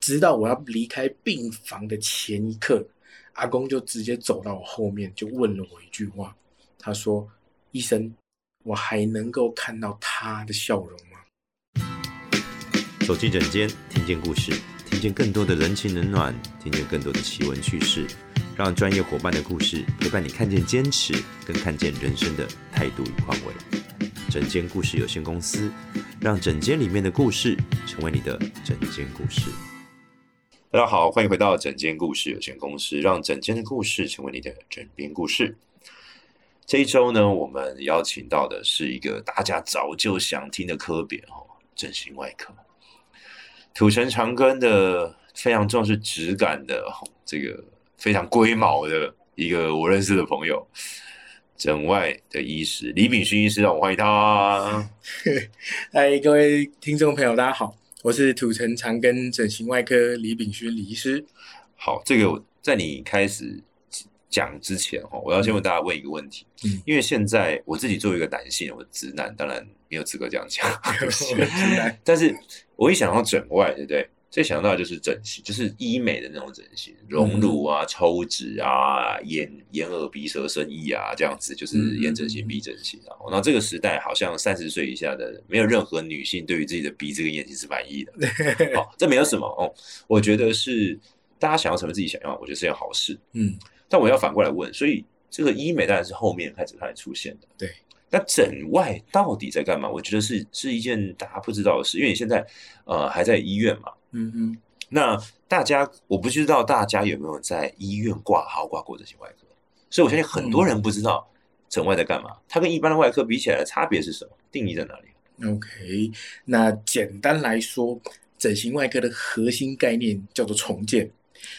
直到我要离开病房的前一刻，阿公就直接走到我后面，就问了我一句话，他说：“医生，我还能够看到他的笑容吗走进诊间，听见故事，听见更多的人情冷暖，听见更多的奇闻趣事，让专业伙伴的故事陪伴你看见坚持，更看见人生的态度与宽慰。诊间故事有限公司，让诊间里面的故事成为你的诊间故事。大家好，欢迎回到诊间故事有限公司，让诊间的故事成为你的枕边故事。这一周呢，我们邀请到的是一个大家早就想听的科别哦，整形外科。土城长庚的非常重视质感的哦这个非常龟毛的一个我认识的朋友，整外的医师李炳勋医师，让我欢迎他。？”哎，各位听众朋友，大家好，我是土城长庚整形外科李炳勋李医师。好，这个我在你开始讲之前哦，我要先问大家问一个问题，嗯因为现在我自己作为一个男性，我直男当然没有资格这样讲，对不起我是直男但是我一想到整外，对不对？最想到的就是整形，就是医美的那种整形，隆乳啊、抽脂啊、眼眼耳鼻舌身意啊，这样子就是眼整形、嗯鼻整形啊。然后这个时代好像三十岁以下的没有任何女性对于自己的鼻子跟眼睛是满意的，哦，这没有什么哦。我觉得是大家想要成为自己想要，我觉得是件好事。嗯，但我要反过来问，所以这个医美当然是后面开始开始出现的。对，那整外到底在干嘛？我觉得是是一件大家不知道的事，因为你现在呃还在医院嘛。嗯嗯，那大家我不知道大家有没有在医院挂号挂过整形外科，所以我相信很嗯多人不知道整外在干嘛，它跟一般的外科比起来，差别是什么？定义在哪里？ OK，那简单来说，整形外科的核心概念叫做重建。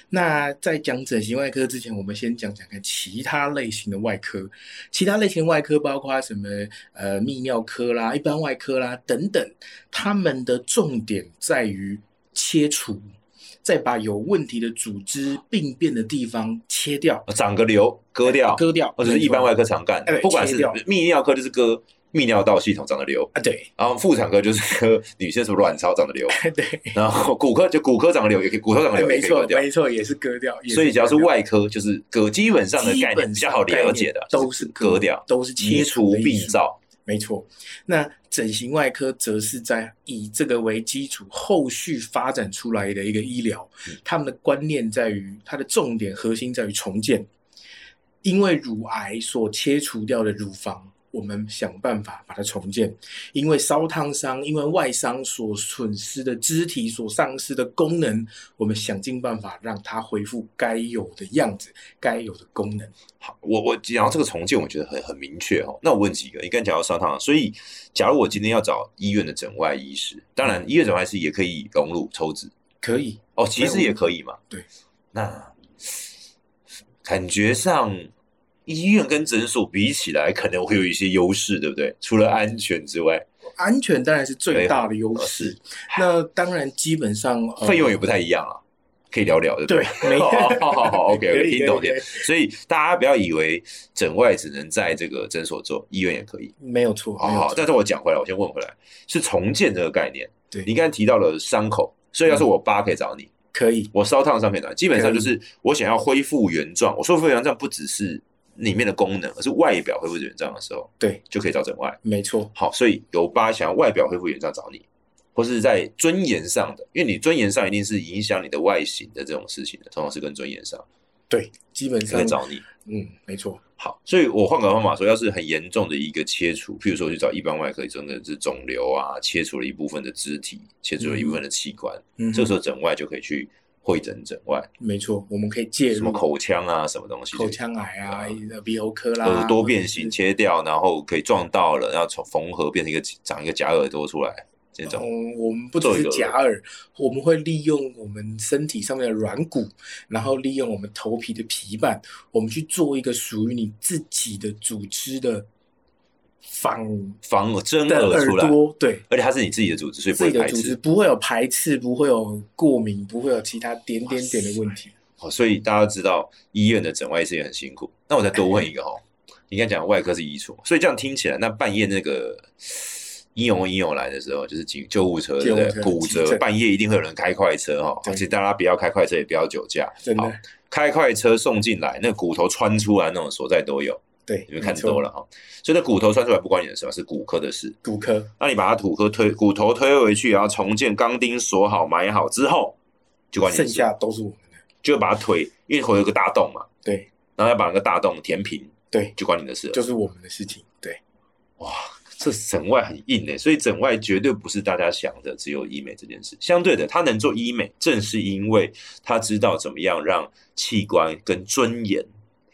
那在讲整形外科之前，我们先讲讲看其他类型的外科。其他类型外科包括什么呃泌尿科啦、一般外科啦等等，他们的重点在于切除，再把有问题的组织病变的地方切掉、呃长个瘤割掉，割掉，或者哦是一般外科常干哎，对不管是切掉泌尿科就是割泌尿道系统长的瘤，啊，对 然后妇产科就是割女性什么卵巢长的瘤，对，然后骨科就骨科长的瘤也可以，骨头长的瘤哦也哎没可以割错掉。没错，也是割掉。也所以只要是割掉外科，就是割，基本上的概基念本比较好了解的上概念，都是割掉，都是切切除的意病思。灶。没错，那整形外科则是在以这个为基础，后续发展出来的一个医疗嗯，他们的观念在于它的重点核心在于重建，因为乳癌所切除掉的乳房。我们想办法把它重建，因为烧烫伤，因为外伤所损失的肢体所丧失的功能，我们想尽办法让它恢复该有的样子，该有的功能。好，我我讲到这个重建，我觉得很很明确哦。那我问几个，你刚才讲到烧烫，所以假如我今天要找医院的诊外医师，当然医院诊外医师也可以隆乳抽脂可以，哦，其实没有也可以嘛。对，那感觉上医院跟诊所比起来，可能会有一些优势，对不对？除了安全之外，安全当然是最大的优呃势是。那当然，基本上呃费用也不太一样啊，可以聊聊，对不对对？，没好好好好可，OK，以听懂可以点。可以所以大家不要以为诊外只能在这个诊所做，医院也可以。没有错，好没有好，错但是我讲回来，我先问回来，是重建这个概念。对嗯你刚才提到了伤口，所以要是我疤可以找你，可以，我烧烫伤可以找你，基本上就是我想要恢复原状。我说恢复原状不只是里面的功能，而是外表恢复原状的时候，对，就可以找诊外。没错，好，所以有疤想要外表恢复原状找你，或是在尊严上的，因为你尊严上一定是影响你的外形的这种事情的，通常是跟尊严上对，基本可以上找你。嗯，没错，好，所以我换个方法说，要是很严重的一个切除，譬如说我去找一般外科，真的是肿瘤啊，切除了一部分的肢体，切除了一部分的器官，嗯，这个时候诊外就可以去会诊诊外，没错，我们可以介什么入口腔啊，什么东西，口腔癌啊对，呃鼻喉科啦，耳朵变或形者是。切掉，然后可以撞到了，然后从缝合变成一个长一个假耳朵出来，这种。嗯，我们不只做一是个假耳，我们会利用我们身体上面的软骨，然后利用我们头皮的皮瓣，我们去做一个属于你自己的组织的仿防真的耳出来，朵，对，而且它是你自己的组织，所以不自己的会排组织斥。不会有排斥，不会有过敏，不会有其他点点点的问题。好，哦所以大家知道医院的诊外医师也很辛苦。那我再多问一个哦，你刚才讲外科是移除，所以这样听起来，那半夜那个一涌一涌来的时候，就是警救护车，对救护不车对？骨急折，诊半夜一定会有人开快车哈，对而且大家不要开快车，也不要酒驾，真好的，开快车送进来，那骨头穿出来那种所在都有，对，你们看没错多了，哈。所以那骨头穿出来不关你的事嘛，是骨科的事。骨科那你把它骨科推骨头推回去，然后重建钢钉锁好埋好之后，就关你的剩事下都是我们的，就把它腿，因为腿有个大洞嘛，对然后要把那个大洞填平，对，就关你的事了。就是我们的事情，对，哇，这整外很硬诶，所以整外绝对不是大家想的只有医美这件事。相对的，他能做医美，正是因为他知道怎么样让器官跟尊严、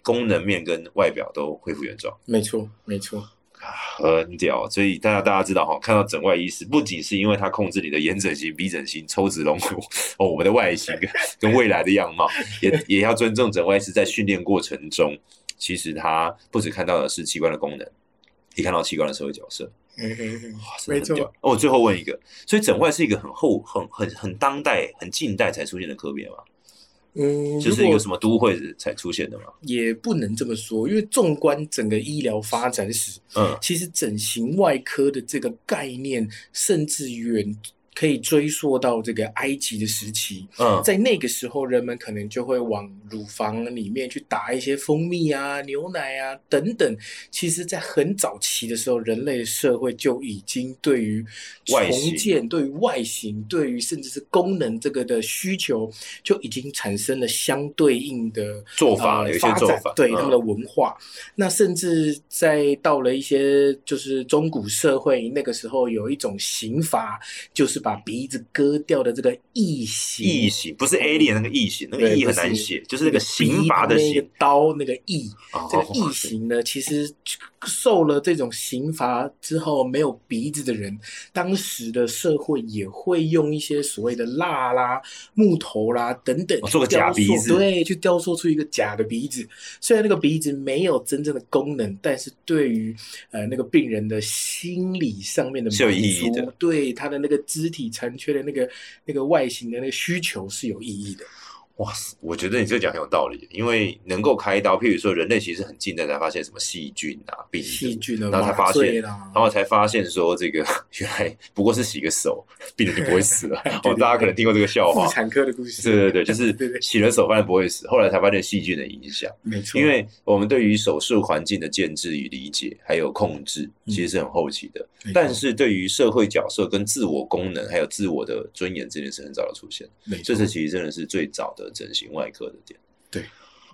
功能面跟外表都恢复原状。没错没错，很屌，所以大家大家知道哈，看到整外医师，不仅是因为他控制你的眼整形、鼻整形、抽脂隆骨哦，我们的外形跟跟未来的样貌，也也要尊重整外医师在训练过程中，其实他不只看到的是器官的功能，也看到器官的社会角色。嗯嗯嗯哇，真的很没屌错。哦，我最后问一个，所以整外是一个很后、很很很当代、很近代才出现的科别吗？嗯，就如是一果个什么都会才出现的吗？也不能这么说，因为纵观整个医疗发展史，嗯，其实整形外科的这个概念，甚至远可以追溯到这个埃及的时期。嗯，在那个时候，人们可能就会往乳房里面去打一些蜂蜜啊、牛奶啊等等。其实，在很早期的时候，人类社会就已经对于外重形建、对于外形、对于甚至是功能这个的需求，就已经产生了相对应的做法呃有一些发做展法，对嗯他们的文化。那甚至在到了一些就是中古社会那个时候，有一种刑罚，就是把鼻子割掉的这个异形。异形不是 alien 那个异形，那个对异很不是难写，就是那个刑罚的那个刑鼻。刀那个异，哦这个异形呢，其实受了这种刑罚之后，没有鼻子的人，当时的社会也会用一些所谓的蜡啦、木头啦等等哦，做个假鼻子雕塑对，去雕塑出一个假的鼻子。虽然那个鼻子没有真正的功能，但是对于呃那个病人的心理上面的是有满意义的足对他的那个肢体残缺的那个那个外形的那个需求是有意义的。哇塞，我觉得你这个讲很有道理，因为能够开刀，譬如说人类其实很近代才发现什么细菌啊、病细毒，菌的然后才发麻醉现，啦然，后才发现说这个 原来不过是洗个手，病人就不会死 了。对哦，大家可能听过这个笑话妇，产科的故事，对对对，就对对是洗了手发现不会死，后来才发现细菌的影响。没错，因为我们对于手术环境的建制与理解，还有控制，嗯其实是很后期的。没错但是对于社会角色跟自我功能，还有自我的尊严这件事，很早的出现。没错这，是其实真的是最早的整形外科的点。对，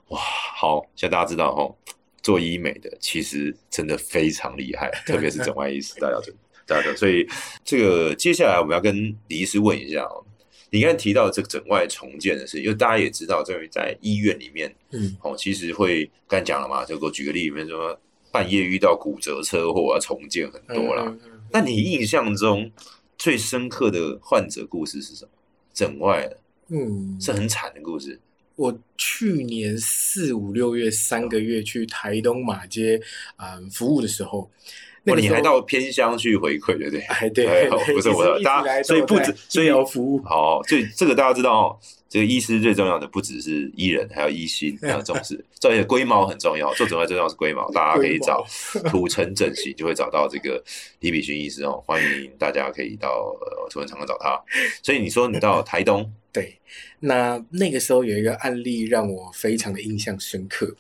哇，好，现在大家知道哈，做医美的其实真的非常 厉害，特别是整外医师，大家都大家都。所以这个接下来我们要跟李医师问一下哦，你刚才提到这个整外重建的事情，因为大家也知道，这个在医院里面嗯，哦，其实会刚才讲了嘛，就给我举个例，比如说半夜遇到骨折、车祸啊，重建很多啦。嗯。嗯嗯那你印象中最深刻的患者故事是什么？整外的嗯，是很惨的故事。我去年四五六月三个月去台东马街啊、嗯服务的时候，那哇，个你时候还到偏乡去回馈，对不 对？哎对哎好，不是一直我的一直大家来所以都不在止所以医疗服务，好，这这个大家知道哦，这个医师最重要的不只是医人，还有医 心，还有重视。而且龟毛很重要，做整外最重要是龟毛，大家可以找 土城整形，就会找到这个李炳勋医师哦，欢迎大家可以到呃土城长康找他。所以你说你到台东，对，那那个时候有一个案例让我非常的印象深刻，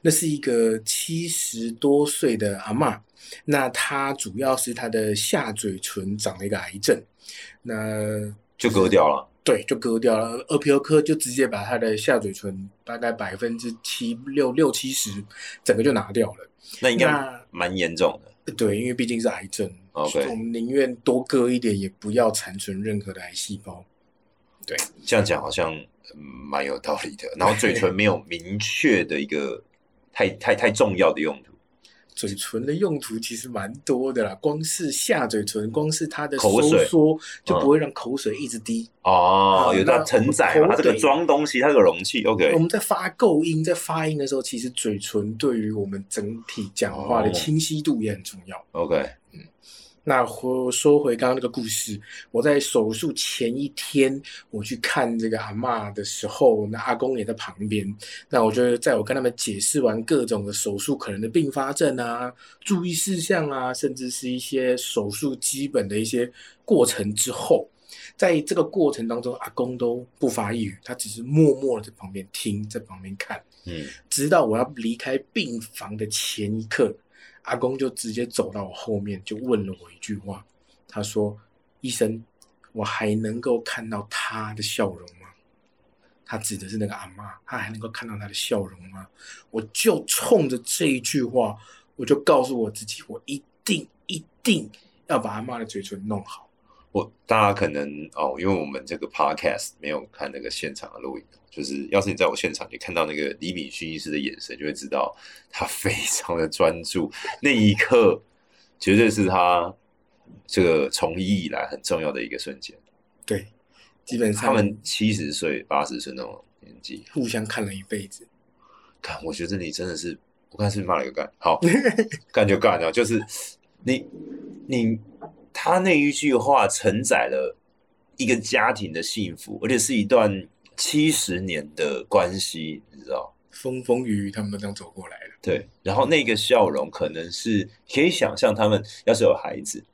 那是一个七十多岁的阿嬷，那她主要是她的下嘴唇长了一个癌症，那就割掉 了。对，就割掉了。耳鼻喉科就直接把他的下嘴唇大概百分之七六六七十，整个就拿掉了。那应该那蛮严重的。对，因为毕竟是癌症 OK 我们宁愿多割一点，也不要残存任何的癌细胞。这样讲好像嗯蛮有道理的。然后嘴唇没有明确的一个太太太重要的用途，嘴唇的用途其实蛮多的啦，光是下嘴唇，光是它的口收水嗯缩就不会让口水一直滴。哦，嗯有它那承载嘛，口它这个水装东西，它这个容器，OK，我们在发构音、在发音的时候，其实嘴唇对于我们整体讲话的哦清晰度也很重要。 OK，那回说回刚刚那个故事，我在手术前一天，我去看这个阿嬷的时候，那阿公也在旁边。那我就在我跟他们解释完各种的手术可能的并发症啊、注意事项啊，甚至是一些手术基本的一些过程之后，在这个过程当中，阿公都不发一语，他只是默默的在旁边听，在旁边看。嗯，直到我要离开病房的前一刻，阿公就直接走到我后面，就问了我一句话。他说：“医生，我还能够看到他的笑容吗？”他指的是那个阿妈，他还能够看到他的笑容吗？我就冲着这一句话，我就告诉我自己，我一定一定要把阿妈的嘴唇弄好。我大家可能哦，因为我们这个 podcast 没有看那个现场的录影，就是要是你在我现场，你看到那个李敏勋医师的眼神，就会知道他非常的专注，那一刻绝对是他这个从医以来很重要的一个瞬间。对，基本上他们七十岁、八十岁那种年纪，互相看了一辈子。看，我觉得你真的是，我刚才是不是骂了一个干， 好，干就干了，就是你你他那一句话承载了一个家庭的幸福，而且是一段七十年的关系，你知道？风风雨雨，他们都这样走过来了。对，然后那个笑容可能是可以想象，他们要是有孩子，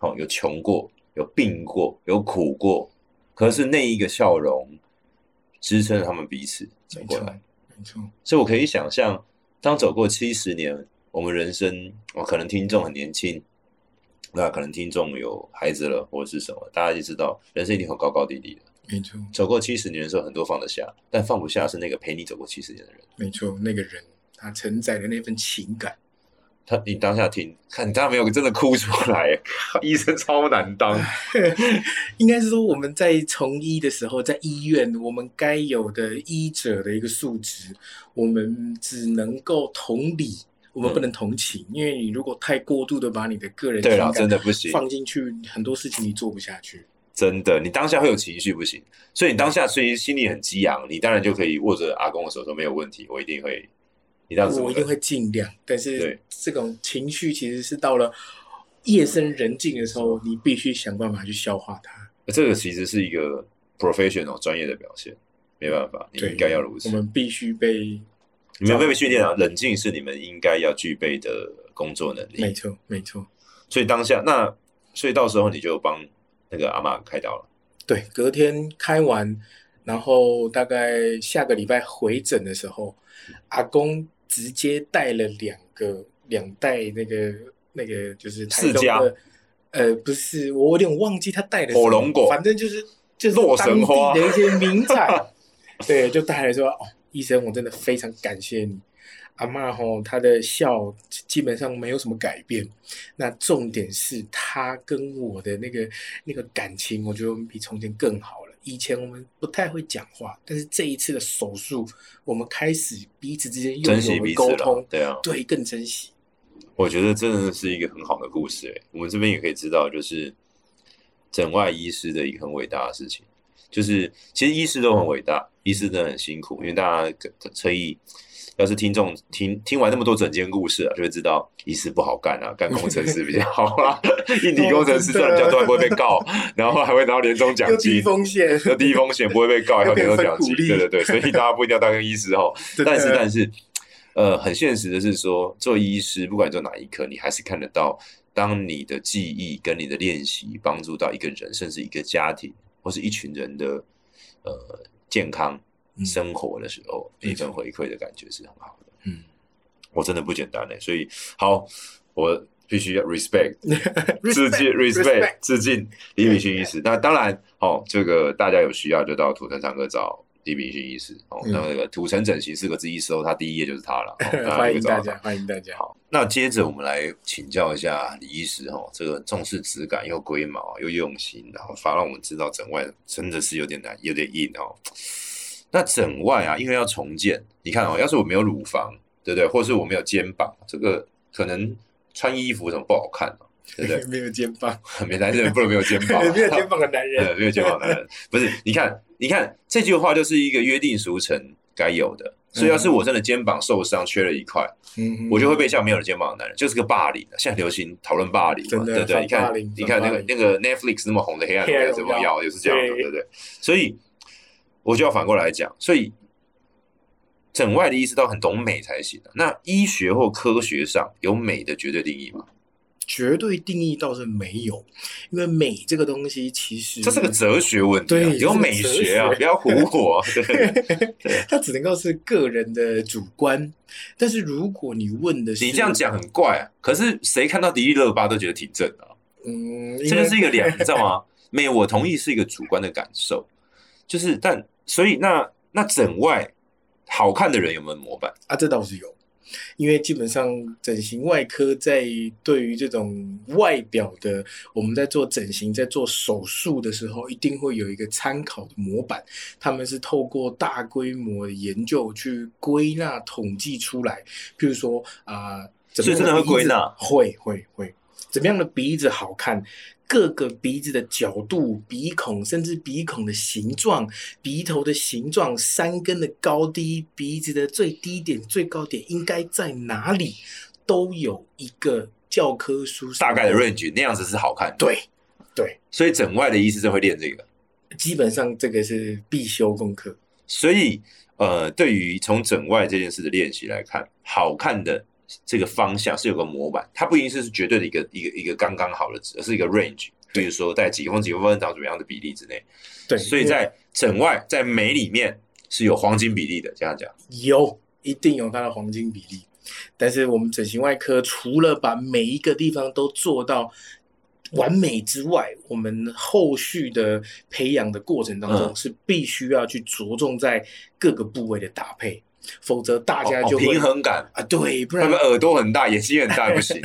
哦，有穷过，有病过，有苦过，可是那一个笑容支撑着他们彼此走没过错来。，没错，所以我可以想象，当走过七十年，我们人生，我可能听众很年轻，那可能听众有孩子了或者是什么，大家就知道人生一定很高高低低的。没错，走过七十年的时候，很多放得下，但放不下是那个陪你走过七十年的人。没错。那个人他承载的那份情感，他，你当下听，看你当然没有真的哭出来，靠医生超难当。应该是说我们在从医的时候，在医院，我们该有的医者的一个素质，我们只能够同理，我们不能同情，因为你如果太过度的把你的个人嗯对了，情真感的不行，放进去，很多事情你做不下去。真的，你当下会有情绪不行，所以你当下虽然心里很激昂，你当然就可以握着阿公的手说没有问题，我一定会，你当时我一定会尽量，但是对这种情绪其实是到了夜深人静的时候，你必须想办法去消化它。这个其实是一个 professional 专业的表现，没办法，你对，应该要如此我。们必须被你们有没有被训练啊？冷静是你们应该要具备的工作能没力。错，没错，所以当下那，所以到时候你就帮那个阿嬷开刀了。对。隔天开完，然后大概下个礼拜回诊的时候，阿公直接带了两个两袋那个那个就是台释中迦的，呃，不是，我有点忘记他带的火龙果反正就是就是洛神当花地的一些名产， 对，就带来说，哦，医生，我真的非常感谢你。阿嬷吼，她的笑基本上没有什么改变，那重点是她跟我的那个那个感情，我觉得我们比从前更好了。以前我们不太会讲话，但是这一次的手术，我们开始彼此之间又珍惜有了彼此沟了通，，对啊，对，更珍惜。我觉得真的是一个很好的故事、欸。我们这边也可以知道，就是诊外医师的一个很伟大的事情，就是其实医师都很伟大，医师真的很辛苦，因为大家所以要是听众听听完那么多诊间故事啊，就会知道医师不好干啊，干工程师比较好啊， 硬体工程师这样人家都还不会被告，然后还会拿到年终奖又低金。风险，有低风险不会被告，还有年终奖金，又变分股利啊对对对，所以大家不一定要当个医 师哦。真的但是但是，呃，很现实的是说，做医师不管做哪一科，你还是看得到，当你的记忆跟你的练习帮助到一个人，甚至一个家庭或是一群人的呃健康嗯生活的时候，没那份错回馈的感觉是很好的。嗯我真的不简单嘞、所以好，我必须要 respect 致 敬 respect respect 致敬李炳勋医师。那当然，哦，这个大家有需要就到土城唱歌找李炳勋医师。哦，嗯那那个土城整形四个字一搜，哦他第一页就是他了。 哦大家欢就迎找到大他家，欢迎大家。好，那接着我们来请教一下李医师哦，这个重视质感又龟毛啊又用心，然后法让我们知道整外真的是有点难，有点硬哦。那整外啊，因为要重建，你看哦，要是我没有乳房，对不对？或是我没有肩膀，这个可能穿衣服怎么不好看哦嘛，对不没有肩膀，对？没男人不能没有肩膀 ，没有 肩膀的男呃，人，没有肩膀的人，不是？你看，你看这句话就是一个约定俗成，该有的。所以要是我真的肩膀受伤缺了一块，嗯我就会被像没有肩膀的男人，就是个霸凌。啊现在流行讨论霸凌嘛，真的对不对？反你看霸凌，你看那个反霸那个 Netflix 那么红的《黑暗荣黑耀暗》这荣么耀耀也是这样的，对对不对？所以我就要反过来讲，所以整外的意识到很懂美才行、啊。那医学或科学上有美的绝对定义吗？绝对定义倒是没有，因为美这个东西其实这是个哲学问题、啊，嗯对有美学啊，这是个哲学不要唬我、啊。 对它只能够是个人的主观。但是如果你问的是你这样，讲很怪、啊，可是谁看到迪丽热巴都觉得挺正的啊、嗯，这应就该是一个 两，你知道吗？没有，我同意是一个主观的感受，就是但所以那那整外好看的人有没有模板？啊，这倒是有，因为基本上整形外科在对于这种外表的，我们在做整形、在做手术的时候，一定会有一个参考的模板，他们是透过大规模的研究去归纳统计出来，譬如说啊、怎么所以样真的会鼻子归纳会会会，怎么样的鼻子好看？各个鼻子的角度、鼻孔，甚至鼻孔的形状，鼻头的形状、山根的高低、鼻子的最低点、最高点应该在哪里，都有一个教科书上大概的 range 那样子是好看的，对对，所以整外的医师就会练这个。基本上这个是必修功课。所以呃，对于从整外这件事的练习来看，好看的这个方向是有个模板，它不一定是绝对的一个一个一个刚刚好的值，而是一个 range。比如说在几分几分长怎么样的比例之内，对，所以在整外在美里面是有黄金比例的，这样讲。有一定有它的黄金比例，但是我们整形外科除了把每一个地方都做到完美之外，我们后续的培养的过程当中嗯是必须要去着重在各个部位的搭配，否则大家哦就哦、会、平衡感。啊，对，不他然们耳朵很大，眼睛很大不 行。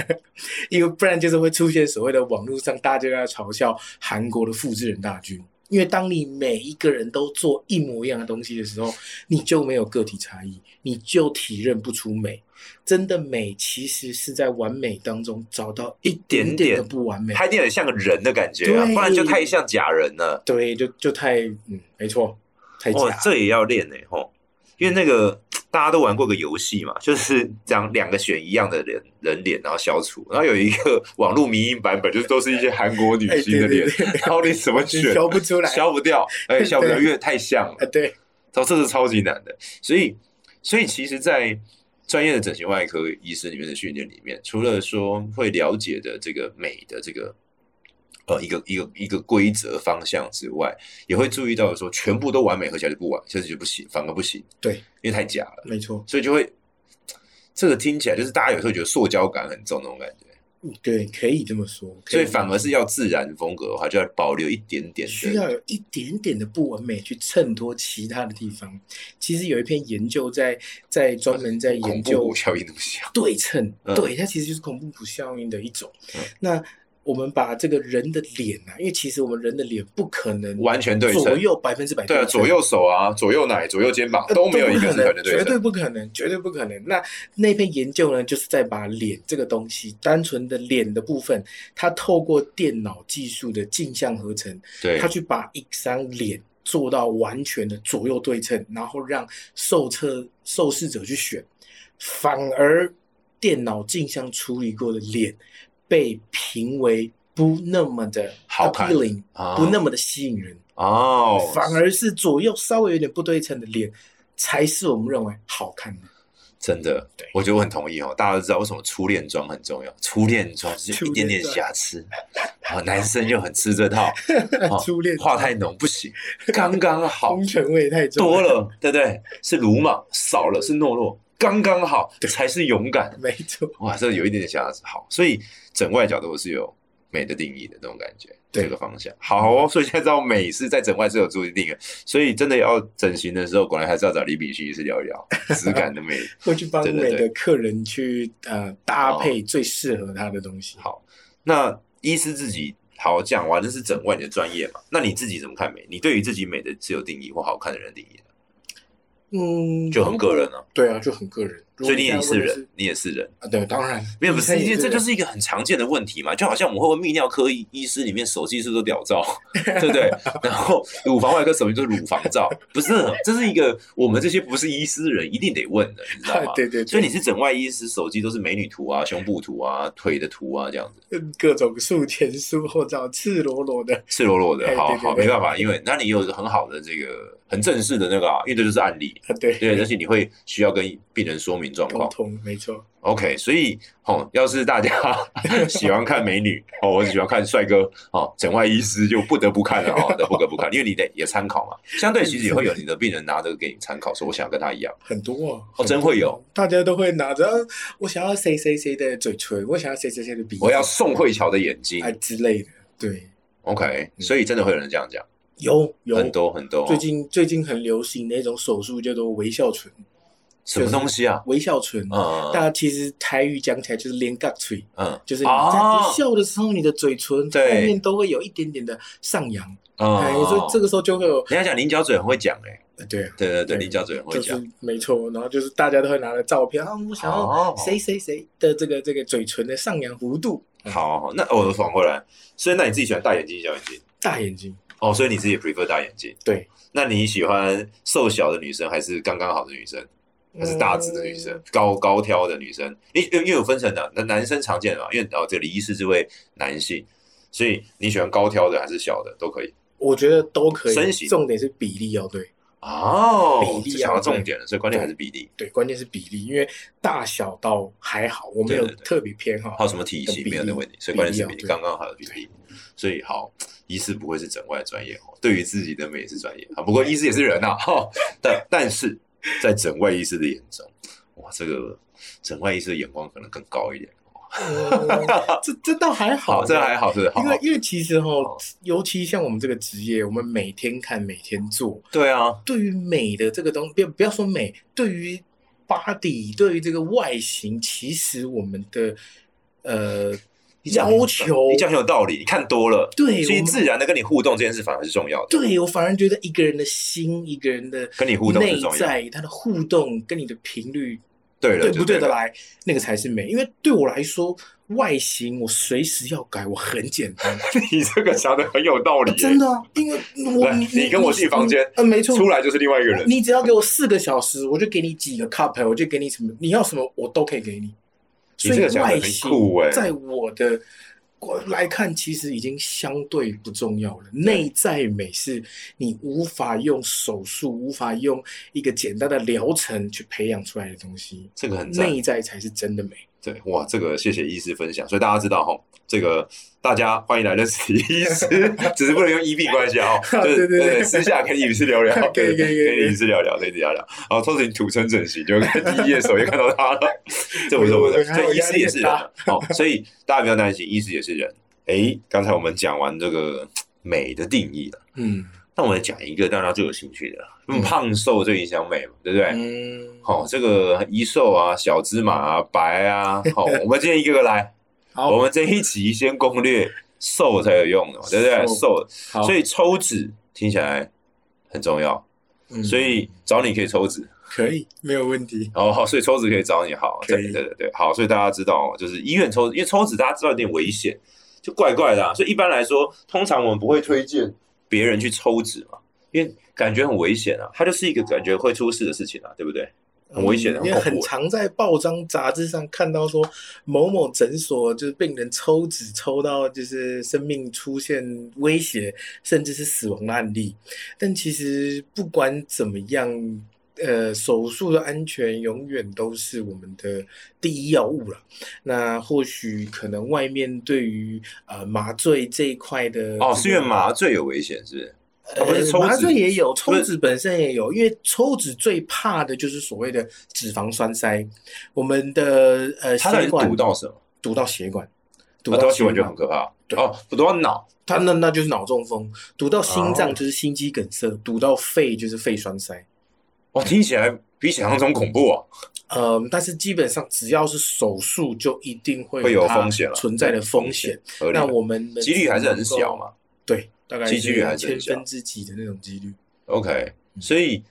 因为不然就是会出现所谓的网络上大家在嘲笑韩国的复制人大军。因为当你每一个人都做一模一样的东西的时候，你就没有个体差异，你就体认不出美。真的美其实是在完美当中找到一点点的不完美。他一定很像个人的感觉啊，对不然就太像假人了。对，就就太嗯，没错，太假嗯哦了。，这也要练呢、吼！因为那个大家都玩过个游戏嘛，就是讲两个选一样的人人脸，然后消除，然后有一个 网络迷音版本，就是都是一些韩国女哎星的脸，对 对对然后你怎么你选挑不出来消不掉，哎、消不掉，对因为太像了啊，。对，哦，这是超级难的。所以，所以其实，在专业的整形外科医师里面的训练里面，除了说会了解的这个美的这个呃一个一个一个规则方向之外，也会注意到说全部都完美合起来就不完，甚至就不行，反而不行，对，因为太假了，没错。所以就会这个听起来就是大家有时候觉得塑胶感很重那种感觉。嗯对，可以这么说。可所以反而是要自然风格的话，就要保留一点点需的要有一点点的不完美去衬托其他的地方。其实有一篇研究在在专门在呃恐研怖究谷效应那么像。对称，嗯对，它其实就是恐怖谷效应的一种。嗯那我们把这个人的脸啊，因为其实我们人的脸不可能完全对称嗯左右百分之百对啊，称左右手啊，左右奶，左右肩膀呃都没有一个不是可完能全对绝称对不可能，绝对不可能。那那篇研究呢，就是在把脸这个东西，单纯的脸的部分，它透过电脑技术的镜像合成，对他去把一张脸做到完全的左右对称，然后让受测受试者去选，反而电脑镜像处理过的脸被评为不那么的好看 appealing，啊不那么的吸引人，哦，反而是左右稍微有点不对称的脸才是我们认为好看的。真的，对我觉得我很同意哦。大家都知道为什么初恋妆很重要，初恋妆就是一点点瑕疵，啊，男生就很吃这 套，哦初恋画太浓不行，刚刚好风，尘味太重多，了，对不对？是鲁莽，少了是懦弱，刚刚好才是勇敢。没错，哇，这有一点点瑕疵，好，所以整外角度是有美的定义的那种感觉，对这个方向好哦。所以现在知道美是在整外是有注意定的，所以真的要整形的时候，果然还是要找李炳旭医师聊一聊质感的 美。会去帮对对每对个客人去呃搭配最适合他的东西。好那医师自己好讲完，这是整外你的专业嘛？那你自己怎么看美？你对于自己美的是有定义或好看的人定义的，嗯，就很个人啊。对啊，就很个人。如所果以你现在也是问的人，你也是人，啊，对，当然没有，不你是，看因你为这个就是一个很常见的问题嘛，就好像我们会问泌尿科医医师里面手技是不是都屌照，对不对？然后乳房外科手技就是乳房照，不是，这是一个我们这些不是医师的人一定得问的，你知道吗？对对对，所以你是整外医师，手机都是美女图啊、胸部图啊、腿的图啊，这样子各种术前术后照，赤裸裸的，赤裸裸哎的，好对对好对没办法，因为那你有很好的这个很正式的那个、啊，因为这就是案例，啊，对，对，而且你会需要跟病人说明状沟况，通没错， OK，所以哦，要是大家 喜欢看美女哦，我喜欢看帅哥哦，整外医师就不得不看了哦，都不得不看，因为你得也参考嘛。相对其实也会有你的病人拿着给你参考，说我想跟他一样。很多哦，哦真会有，大家都会拿着，啊我想要谁谁谁的嘴唇，我想要谁谁谁的鼻子，我要宋慧乔的眼睛啊之类的，对， ，OK，所以真的会有人这样讲，有嗯有很多很多。最近最近很流行的一种手术叫做微笑唇，什么东西啊？微笑唇，大嗯家其实台语讲起来就是连尬嘴，嗯就是你在啊不笑的时候，你的嘴唇后对面都会有一点点的上扬，哎，嗯，所以这个时候就会有，人家讲菱角嘴很会讲哎，呃对啊，对对对，对菱角嘴很会就讲。是没错，然后就是大家都会拿着照片啊，我想要哦谁谁谁的这个这个嘴唇的上扬弧度，好，好那哦我反过来，所以那你自己喜欢大眼睛小眼睛？大眼睛，哦，所以你自己 prefer 大眼睛？对，那你喜欢瘦小的女生，还是刚刚好的女生，还是大只的女生嗯，，高高挑的女生？你因为因为有分成的，那男生常见的嘛，因为哦，这个李医师这位男性，所以你喜欢高挑的还是小的都可以。我觉得都可身以，形重点是比例要对，哦，比例啊就讲到重点了，所以关键还是比例，对，关键是比例，因为大小倒还好，我没有对对对特别偏好还，有什么体型比例没有的问题，所以关键是比比例，例啊对刚刚好的比例。所以好，医师不会是整外专业哦，对于自己的美是专业啊。不过医师也是人呐、啊，哈、但但是在整外医师的眼中，哇，这个整外医师的眼光可能更高一点。嗯这这倒还好，好，这还好，是好因，为因为其实哈好，尤其像我们这个职业，我们每天看，每天做，对啊，对于美的这个东西，不要不要说美，对于 body，对于这个外形，其实我们的呃你讲很有要求你，讲很有道理，你看多了，对所以我们自然的跟你互动这件事反而是重要的，，对我反而觉得一个人的心，一个人的跟你互动是内重要的，在，他的互动跟你的频率对了，对就不对了得来，那个才是美。因为对我来说，外形我随时要改，我很简 单， 你这个想的很有道理耶，真的啊，因为我 来你跟我进房间嗯，没错，出来就是另外一个人，你只要给我四个小时，我就给你几个 cup，我就给你什么，你要什么我都可以给你。你所以这个想法外很形酷欸在我的我来看，其实已经相对不重要了。内在美是你无法用手术、无法用一个简单的疗程去培养出来的东西，这个很赞，内在才是真的美。对，哇，这个谢谢医师分享，所以大家知道哈，这个大家欢迎来认识医 师，只是不能用医病关系啊，齁就是对对对私下跟医师聊聊， 可以可以可以跟医师聊聊，可以聊聊。然后透你土生整形，就看第一页首页看 到他了，这不是我我的，我所以医师也是人我压力啊，哦，所以大家不要担心，医师也是人。诶，刚才我们讲完这个美的定义了，嗯那我们讲一个大家最有兴趣的了，嗯胖瘦最影响美嘛，对不对？嗯，好、这个一瘦啊，小芝麻啊，白啊，好、我们今天一个个来。我好，们这一集先攻略瘦才有用的嘛，对不对？瘦，好，所以抽脂听起来很重要，嗯所以找你可以抽脂可以没有问题。哦，好所以 抽脂可以找你，好，可对以对对对，好，所以大家知道哦，就是医院抽，因为抽脂大家知道有点危险，就怪怪的、啊，所以一般来说，通常我们不会推荐别人去抽脂嘛，因为感觉很危险啊，它就是一个感觉会出事的事情啊，对不对？很危险嗯很因为恐很怖欸常在报章杂志上看到说某某诊所就是病人抽脂抽到就是生命出现威胁，甚至是死亡的案例。但其实不管怎么样，呃，手术的安全永远都是我们的第一要务了。那或许可能外面对于呃麻醉这一块的哦，这是因为个麻醉有危险，是不是？啊不是呃抽麻脂醉也有，不抽是脂本身也有，因为抽脂最怕的就是所谓的脂肪栓塞，我们的呃它到底血是管堵到什么？堵到血管，啊堵对到啊血管就管很，可怕。对哦，堵到脑，它那那就是脑中风，堵到心哦脏就是心肌梗塞，堵到肺就是肺栓塞。哇，听起来比想象中恐怖啊！呃，但是基本上只要是手术，就一定会会有它风险了存在的风险。，合理那的。我们几率还是很小，嘛。对，大概几是率还是千很小分之几的那种几率。 OK，嗯所以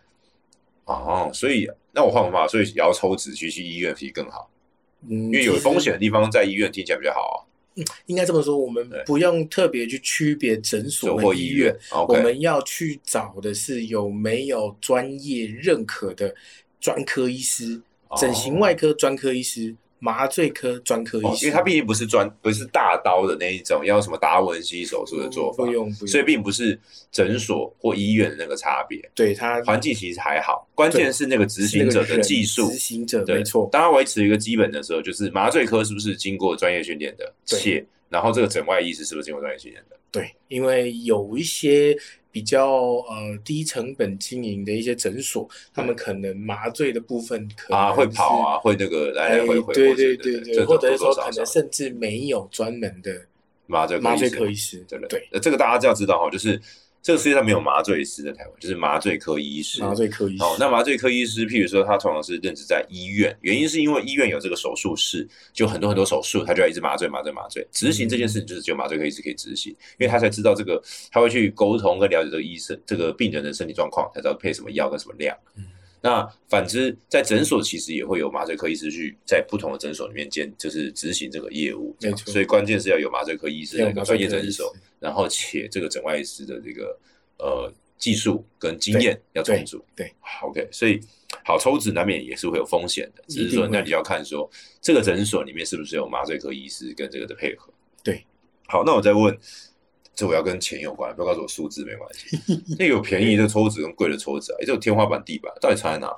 哦，所以那我换个方法，所以也要抽脂去去医院其实更好，嗯，因为有其实风险的地方在医院听起来比较好啊，应该这么说，我们对不用特别去区别诊走所过和医医院院，我，OK，们要去找的是有没有专业认可的专科医师，哦整形外科专科医师、麻醉科专科哦医，师，因为它毕竟不是专不是大刀的那一种，要什么达文西手术的做法不，用不用，所以并不是诊所或医院的那个差别，对他环境其实还好，关键是那个执是那行个者的人技术执。行者对没错，当他维持一个基本的时候，就是麻醉科是不是经过专业训练的，对且然后这个诊外医师是不是经过专业训练的？对，因为有一些比较呃低成本经营的一些诊所，他们可能麻醉的部分可啊，能会跑是啊，会那个来哎，来回回，对或者对对对这或种者多是说多可少能少甚至没有专门的麻醉麻醉科科医医师，师，真的对，呃这个大家这要知道哈，就是这个世界上没有麻醉师在台湾，就是麻醉科医师。麻醉科医师。哦，那麻醉科医师，譬如说他通常是任职在医院，原因是因为医院有这个手术室，就很多很多手术，他就要一直麻醉、麻醉、麻醉。执行这件事情就是只有麻醉科医师可以执行，因为他才知道这个，他会去沟通跟了解这个医生、这个病人的身体状况，才知道配什么药跟什么量。嗯那反之，在诊所其实也会有麻醉科医师去在不同的诊所里面兼，就是执行这个业务这样。没错所以关键是要有麻醉科医师要的有一个麻专醉业科诊医师所，然后且这个诊外医师的这个呃技术跟经验要充足。对对好，OK，所以好抽脂难免也是会有风险的，只一是定说会那你要看说这个诊所里面是不是有麻醉科医师跟这个的配合。对，好，那我再问，这我要跟钱有关，不要告诉我数字没关系。那有便宜的抽脂跟贵的抽脂啊，也就天花板地板，到底差在哪？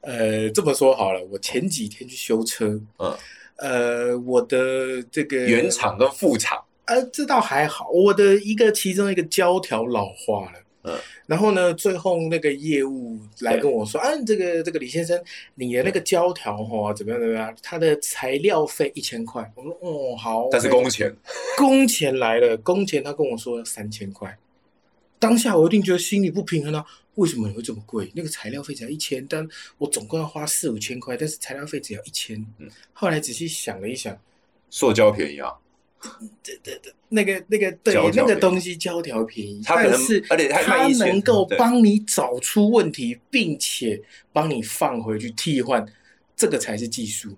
呃，这么说好了，我前几天去修车，嗯，呃，我的这个原，厂跟副厂，呃，这倒还好，我的一个其中一个胶条老化了。嗯，然后呢，最后那个业务来对跟我说，啊，这个这个李先生，你的那个胶条哦，怎么样怎么样，它的材料费一千块。我说，哦，好，但是 OK 工钱工钱来了，工钱他跟我说三千块，当下我一定觉得心里不平衡啊，为什么会这么贵？那个材料费才一千，但我总共要花四五千块，但是材料费只要一千嗯。后来仔细想了一想，塑胶便宜啊，那个那个对胶条那便个宜东西胶条便宜，它可能但是而且它卖它1000能够对帮你找出问题，并且帮你放回去替换，这个才是技术，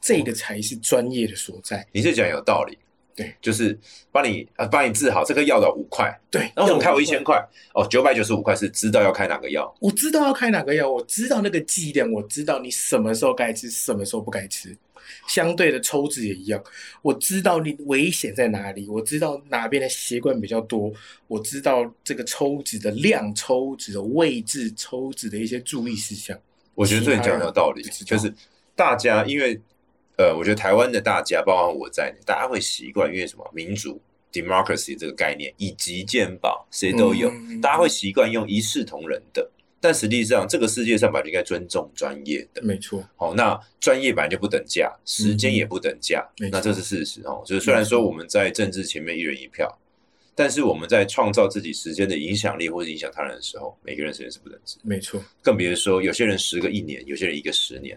这哦个才是专业的所在。你这讲有道理。对，就是帮你啊，帮你治好这颗药的五块，对，那为什么开我要一千块？哦，九百九十五块是知道要开哪个药，我知道要开哪个药，我知道那个剂量，我知道你什么时候该吃，什么时候不该吃。相对的抽脂也一样，我知道你危险在哪里，我知道哪边的习惯比较多，我知道这个抽脂的量、抽脂的位置、抽脂的一些注意事项。我觉得这你讲有道理，其他人不知就道是大家因为呃，我觉得台湾的大家，包括我在内，大家会习惯因为什么民主 （democracy） 这个概念，以及健保，谁都有，嗯大家会习惯用一视同仁的。但实际上，这个世界上本来就应该尊重专业的。没错，哦，那专业本来就不等价，时间也不等价，嗯没错那这是事实哦。就是虽然说我们在政治前面一人一票，但是我们在创造自己时间的影响力或者影响他人的时候，每个人时间是不等值，没错，更别说有些人十个一年，有些人一个十年。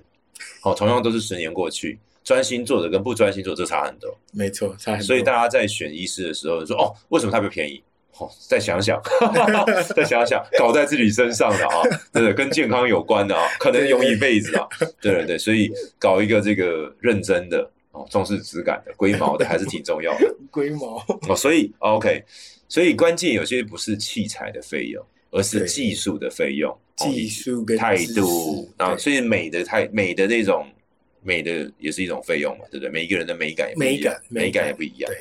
哦，同样都是十年过去，专心做的跟不专心做的差很多。没错，差很多。所以大家在选医师的时候说，哦，为什么特别便宜？哦，再想 想，再想想，搞在自己身上的啊，对对，跟健康有关的啊，可能用一辈子啊，对对对，所以搞一个这个认真的哦，重视质感的、龟毛的，还是挺重要的龟毛，哦。所以 OK，所以关键有些不是器材的费用，而是对技术的费用，哦技术跟态知识度，然后对所以美的态美的那种美的也是一种费用嘛，对不对？每一个人的美感也不一美样感，美美感感也不一样对。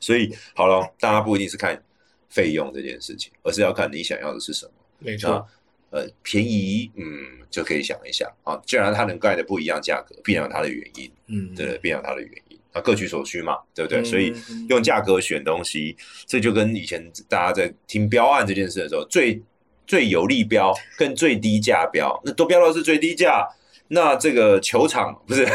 所以好了，大家不一定是看费用这件事情，而是要看你想要的是什么。没那错，呃，便宜，嗯，就可以想一下啊。既然它能盖的不一样价格，必然有它的原因，嗯，对不对，必然有它的原因。那各取所需嘛，对不对？嗯所以用价格选东西，这就跟以前大家在听标案这件事的时候，最最有利标跟最低价标，那都标到是最低价。那这个球场不是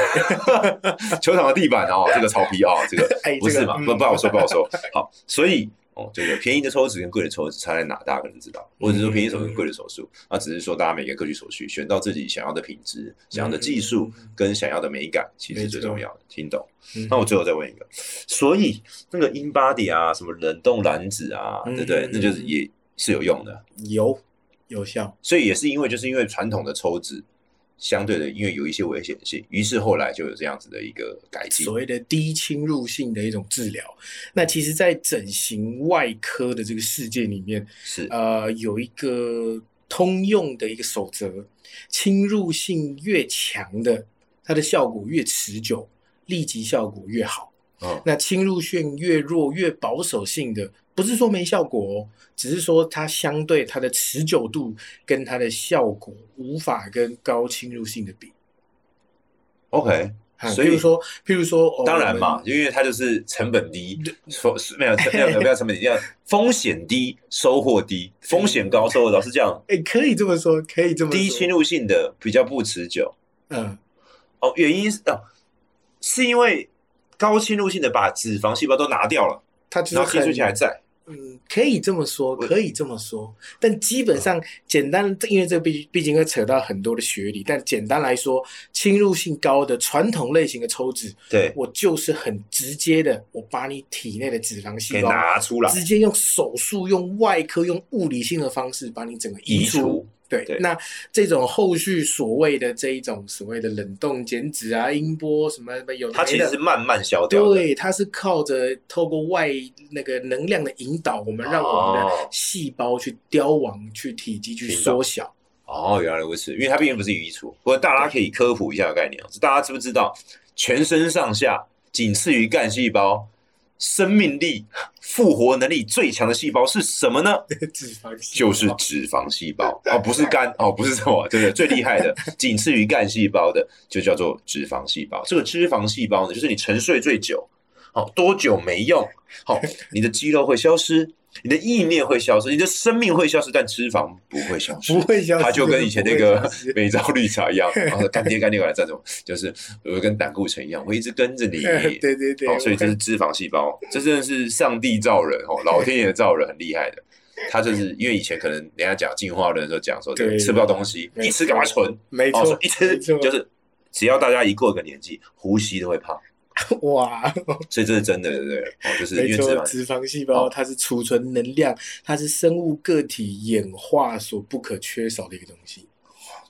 球场的地板哦，这个草皮哦，这个哎，不是这个嘛？嗯不不好说，不好 说。好，所以哦，这个便宜的抽脂跟贵的抽脂差在哪，大家可能知道，或者是说便宜手术跟贵的手术，那只是说大家每个人各取所需，选到自己想要的品质、想要的技术嗯跟想要的美感，其实没最错重要的。听懂？嗯那我最后再问一个，所以那个 InBody 啊，什么冷冻卵子啊，嗯对不对？那就是也是有用的。有有效，所以也是因为就是因为传统的抽脂相对的，因为有一些危险性，于是后来就有这样子的一个改进所。谓的低侵入性的一种治疗。那其实，在整形外科的这个世界里面，是，呃，有一个通用的一个守则：侵入性越强的，它的效果越持久，立即效果越好。嗯，那侵入性越弱、越保守性的，不是说没效果哦，只是说它相对它的持久度跟它的效果无法跟高侵入性的比。 OK，啊所以譬如说，譬如说，哦当然我嘛们，因为它就是成本低，说是没有没有没有成本 低，要风险低，收获低，风险高，收获高是这样。哎、可以这么说，可以这么说。低侵，入性的比较不持久嗯，哦，原因是哦，是因为高侵入性的把脂肪细胞都拿掉了，它就是然后寄很出性还在。嗯，可以这么说，我可以这么说，但基本上简单，因为这毕毕竟会扯到很多的学理，但简单来说，侵入性高的传统类型的抽脂，对，我就是很直接的，我把你体内的脂肪细给胞拿出来直接用手术、用外科、用物理性的方式把你整个移除。除。对，对那这种后续所谓的这一种所谓的冷冻减脂啊、音波什么的，有的它其没实的是慢慢消掉的。对，它是靠着透过外那个能量的引导，我们让我们的哦细胞去凋亡、去体积去引导缩小。 哦，原来如此，因为它毕竟不是移除。不过大家可以科普一下概念啊，大家知不知道，全身上下仅次于干细胞，生命力、复活能力最强的细胞是什么呢？脂肪细胞就是脂肪 细胞哦，不是肝哦，不是什么，对不对？最厉害的，仅次于干细胞的，就叫做脂肪细胞。这个脂肪细胞呢，就是你沉睡最久，好、多久没用，好、你的肌肉会消失，你的意念会消失，你的生命会消失，但脂肪不会消失不。会消失，它就跟以前那不个会消失美招绿茶一样，然后干爹干爹过来赞助，就是我跟胆固醇一样，我一直跟着你。 对对对，哦，所以这我是脂肪细胞，这真的是上帝造人哦，老天爷造人，很厉害的。他就是因为以前可能人家讲进化论的时候讲说，这个对吃不到东西，没一吃赶快存，没哦，所错以，一吃没错就是只要大家一过一个年纪，呼吸都会胖，哇，所以这是真的，对不对？哦，就是没因为脂错，肪脂肪细胞哦它是储存能量，它是生物个体演化所不可缺少的一个东西。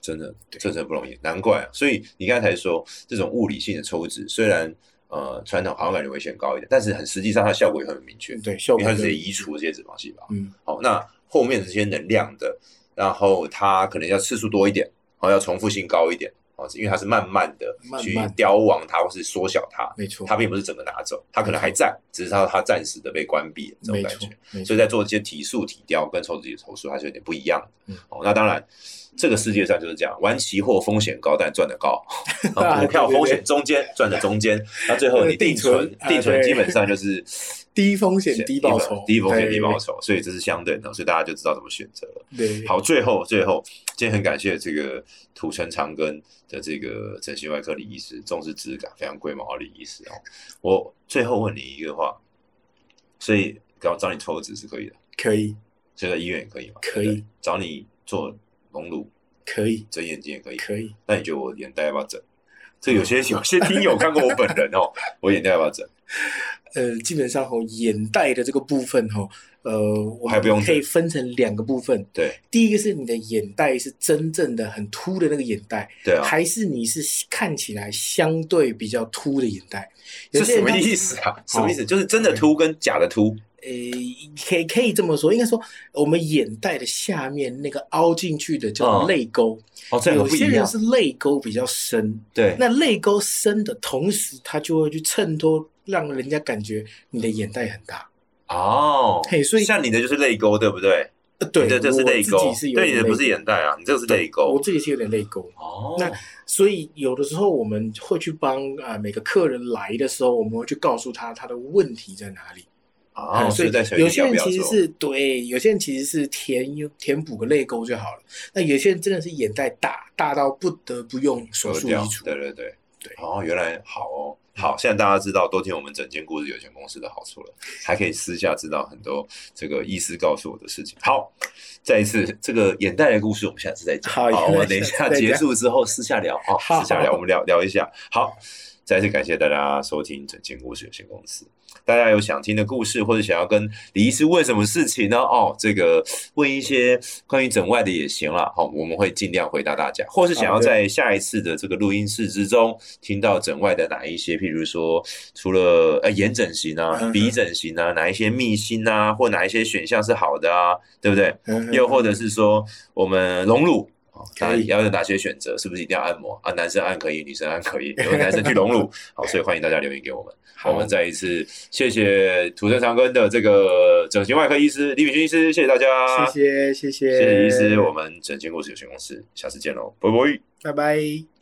真的，对这真的不容易，难怪啊。所以你刚才说这种物理性的抽脂，虽然呃传统好像感觉危险高一点，但是很实际上它的效果也很明确，对，效因为果它就直接移除这些脂肪细胞。嗯，好，那后面的这些能量的，然后它可能要次数多一点，好，要重复性高一点，啊，因为它是慢慢的慢慢去凋亡它或是缩小它，没错，它并不是整个拿走，它可能还在，只是它它暂时的被关闭了这种没感错觉。，没错所以，在做这些体术、体雕跟抽脂体手术，还是有点不一样的。嗯哦，那当然，这个世界上就是这样，玩期货风险高，但赚 的高；啊股票对对对风险中间，赚的中间。那最后你定存呃定，存啊定存对基本上就是低风险低报酬低风险对低报酬，所以这是相对的，所以大家就知道怎么选择了。对，好，最后最后，今天很感谢这个土城长庚的这个整形外科李医师，重视质感，非常龟毛的李医师哦。我最后问你一个话，所以找找你抽脂是可以的，可以，所以在医院也可以嘛？可以对不对，找你做隆乳、可以，整眼睛也可以。可以，那你觉得我眼袋要不要整？这有 些有些听友看过我本人哦，我眼袋要不要整？呃，基本上吼，眼袋的这个部分吼，呃，我还不用们可以分成两个部分。对第一个是你的眼袋是真正的很凸的那个眼袋，对啊，还是你是看起来相对比较凸的眼袋？有这些什人么他哦意思啊？什么意思？就是真的秃跟假的秃呃，可以可以这么说，应该说我们眼袋的下面那个凹进去的叫嗯泪沟，哦，这两有个不一些人样。是泪沟比较深，对，那泪沟深的同时，它就会去衬托，让人家感觉你的眼袋很大。哦，嘿所以像你的就是泪沟，对不对？呃，对，你的这我是泪自沟己是，有对，点你的不是泪眼袋啊，你这个是泪沟我沟。自己是有点泪沟。哦，那所以有的时候我们会去帮啊、呃每个客人来的时候，我们会去告诉他他的问题在哪里。哦，嗯所所以以在选有你些要不人要其实做？是对，有些人其实是填填补个泪沟就好了。那有些人真的是眼袋大，大到不得不用手割术掉移，除。对对对对嗯哦，原来好哦，好，现在大家知道多听我们整间故事有限公司的好处了，还可以私下知道很多这个医师告诉我的事情。好，再一次这个眼袋的故事，我们下次再讲。好我眼袋们等一下次下再结讲束之后私下聊啊，好私下聊，我们聊聊一下。好，再次感谢大家收听整间故事有限公司。大家有想听的故事，或者想要跟李医师问什么事情呢？哦，这个问一些关于整外的也行啦。好、我们会尽量回答大家，或是想要在下一次的这个录音室之中听到整外的哪一些，譬如说除了呃眼整形啊嗯、鼻整形啊，哪一些秘辛啊，或哪一些选项是好的啊，对不嗯对？又或者是说我们隆乳。哦可以要有哪些选择？是不是一定要按摩啊？男生按可以，女生按可以，有男生去 隆乳。好，所以欢迎大家留言给我们。好我们再一次谢谢土生长庚的这个整形外科医师李炳勋医师，谢谢大家，谢谢谢谢谢谢医师，我们整形故事有限公司，下次见喽，拜拜。拜拜。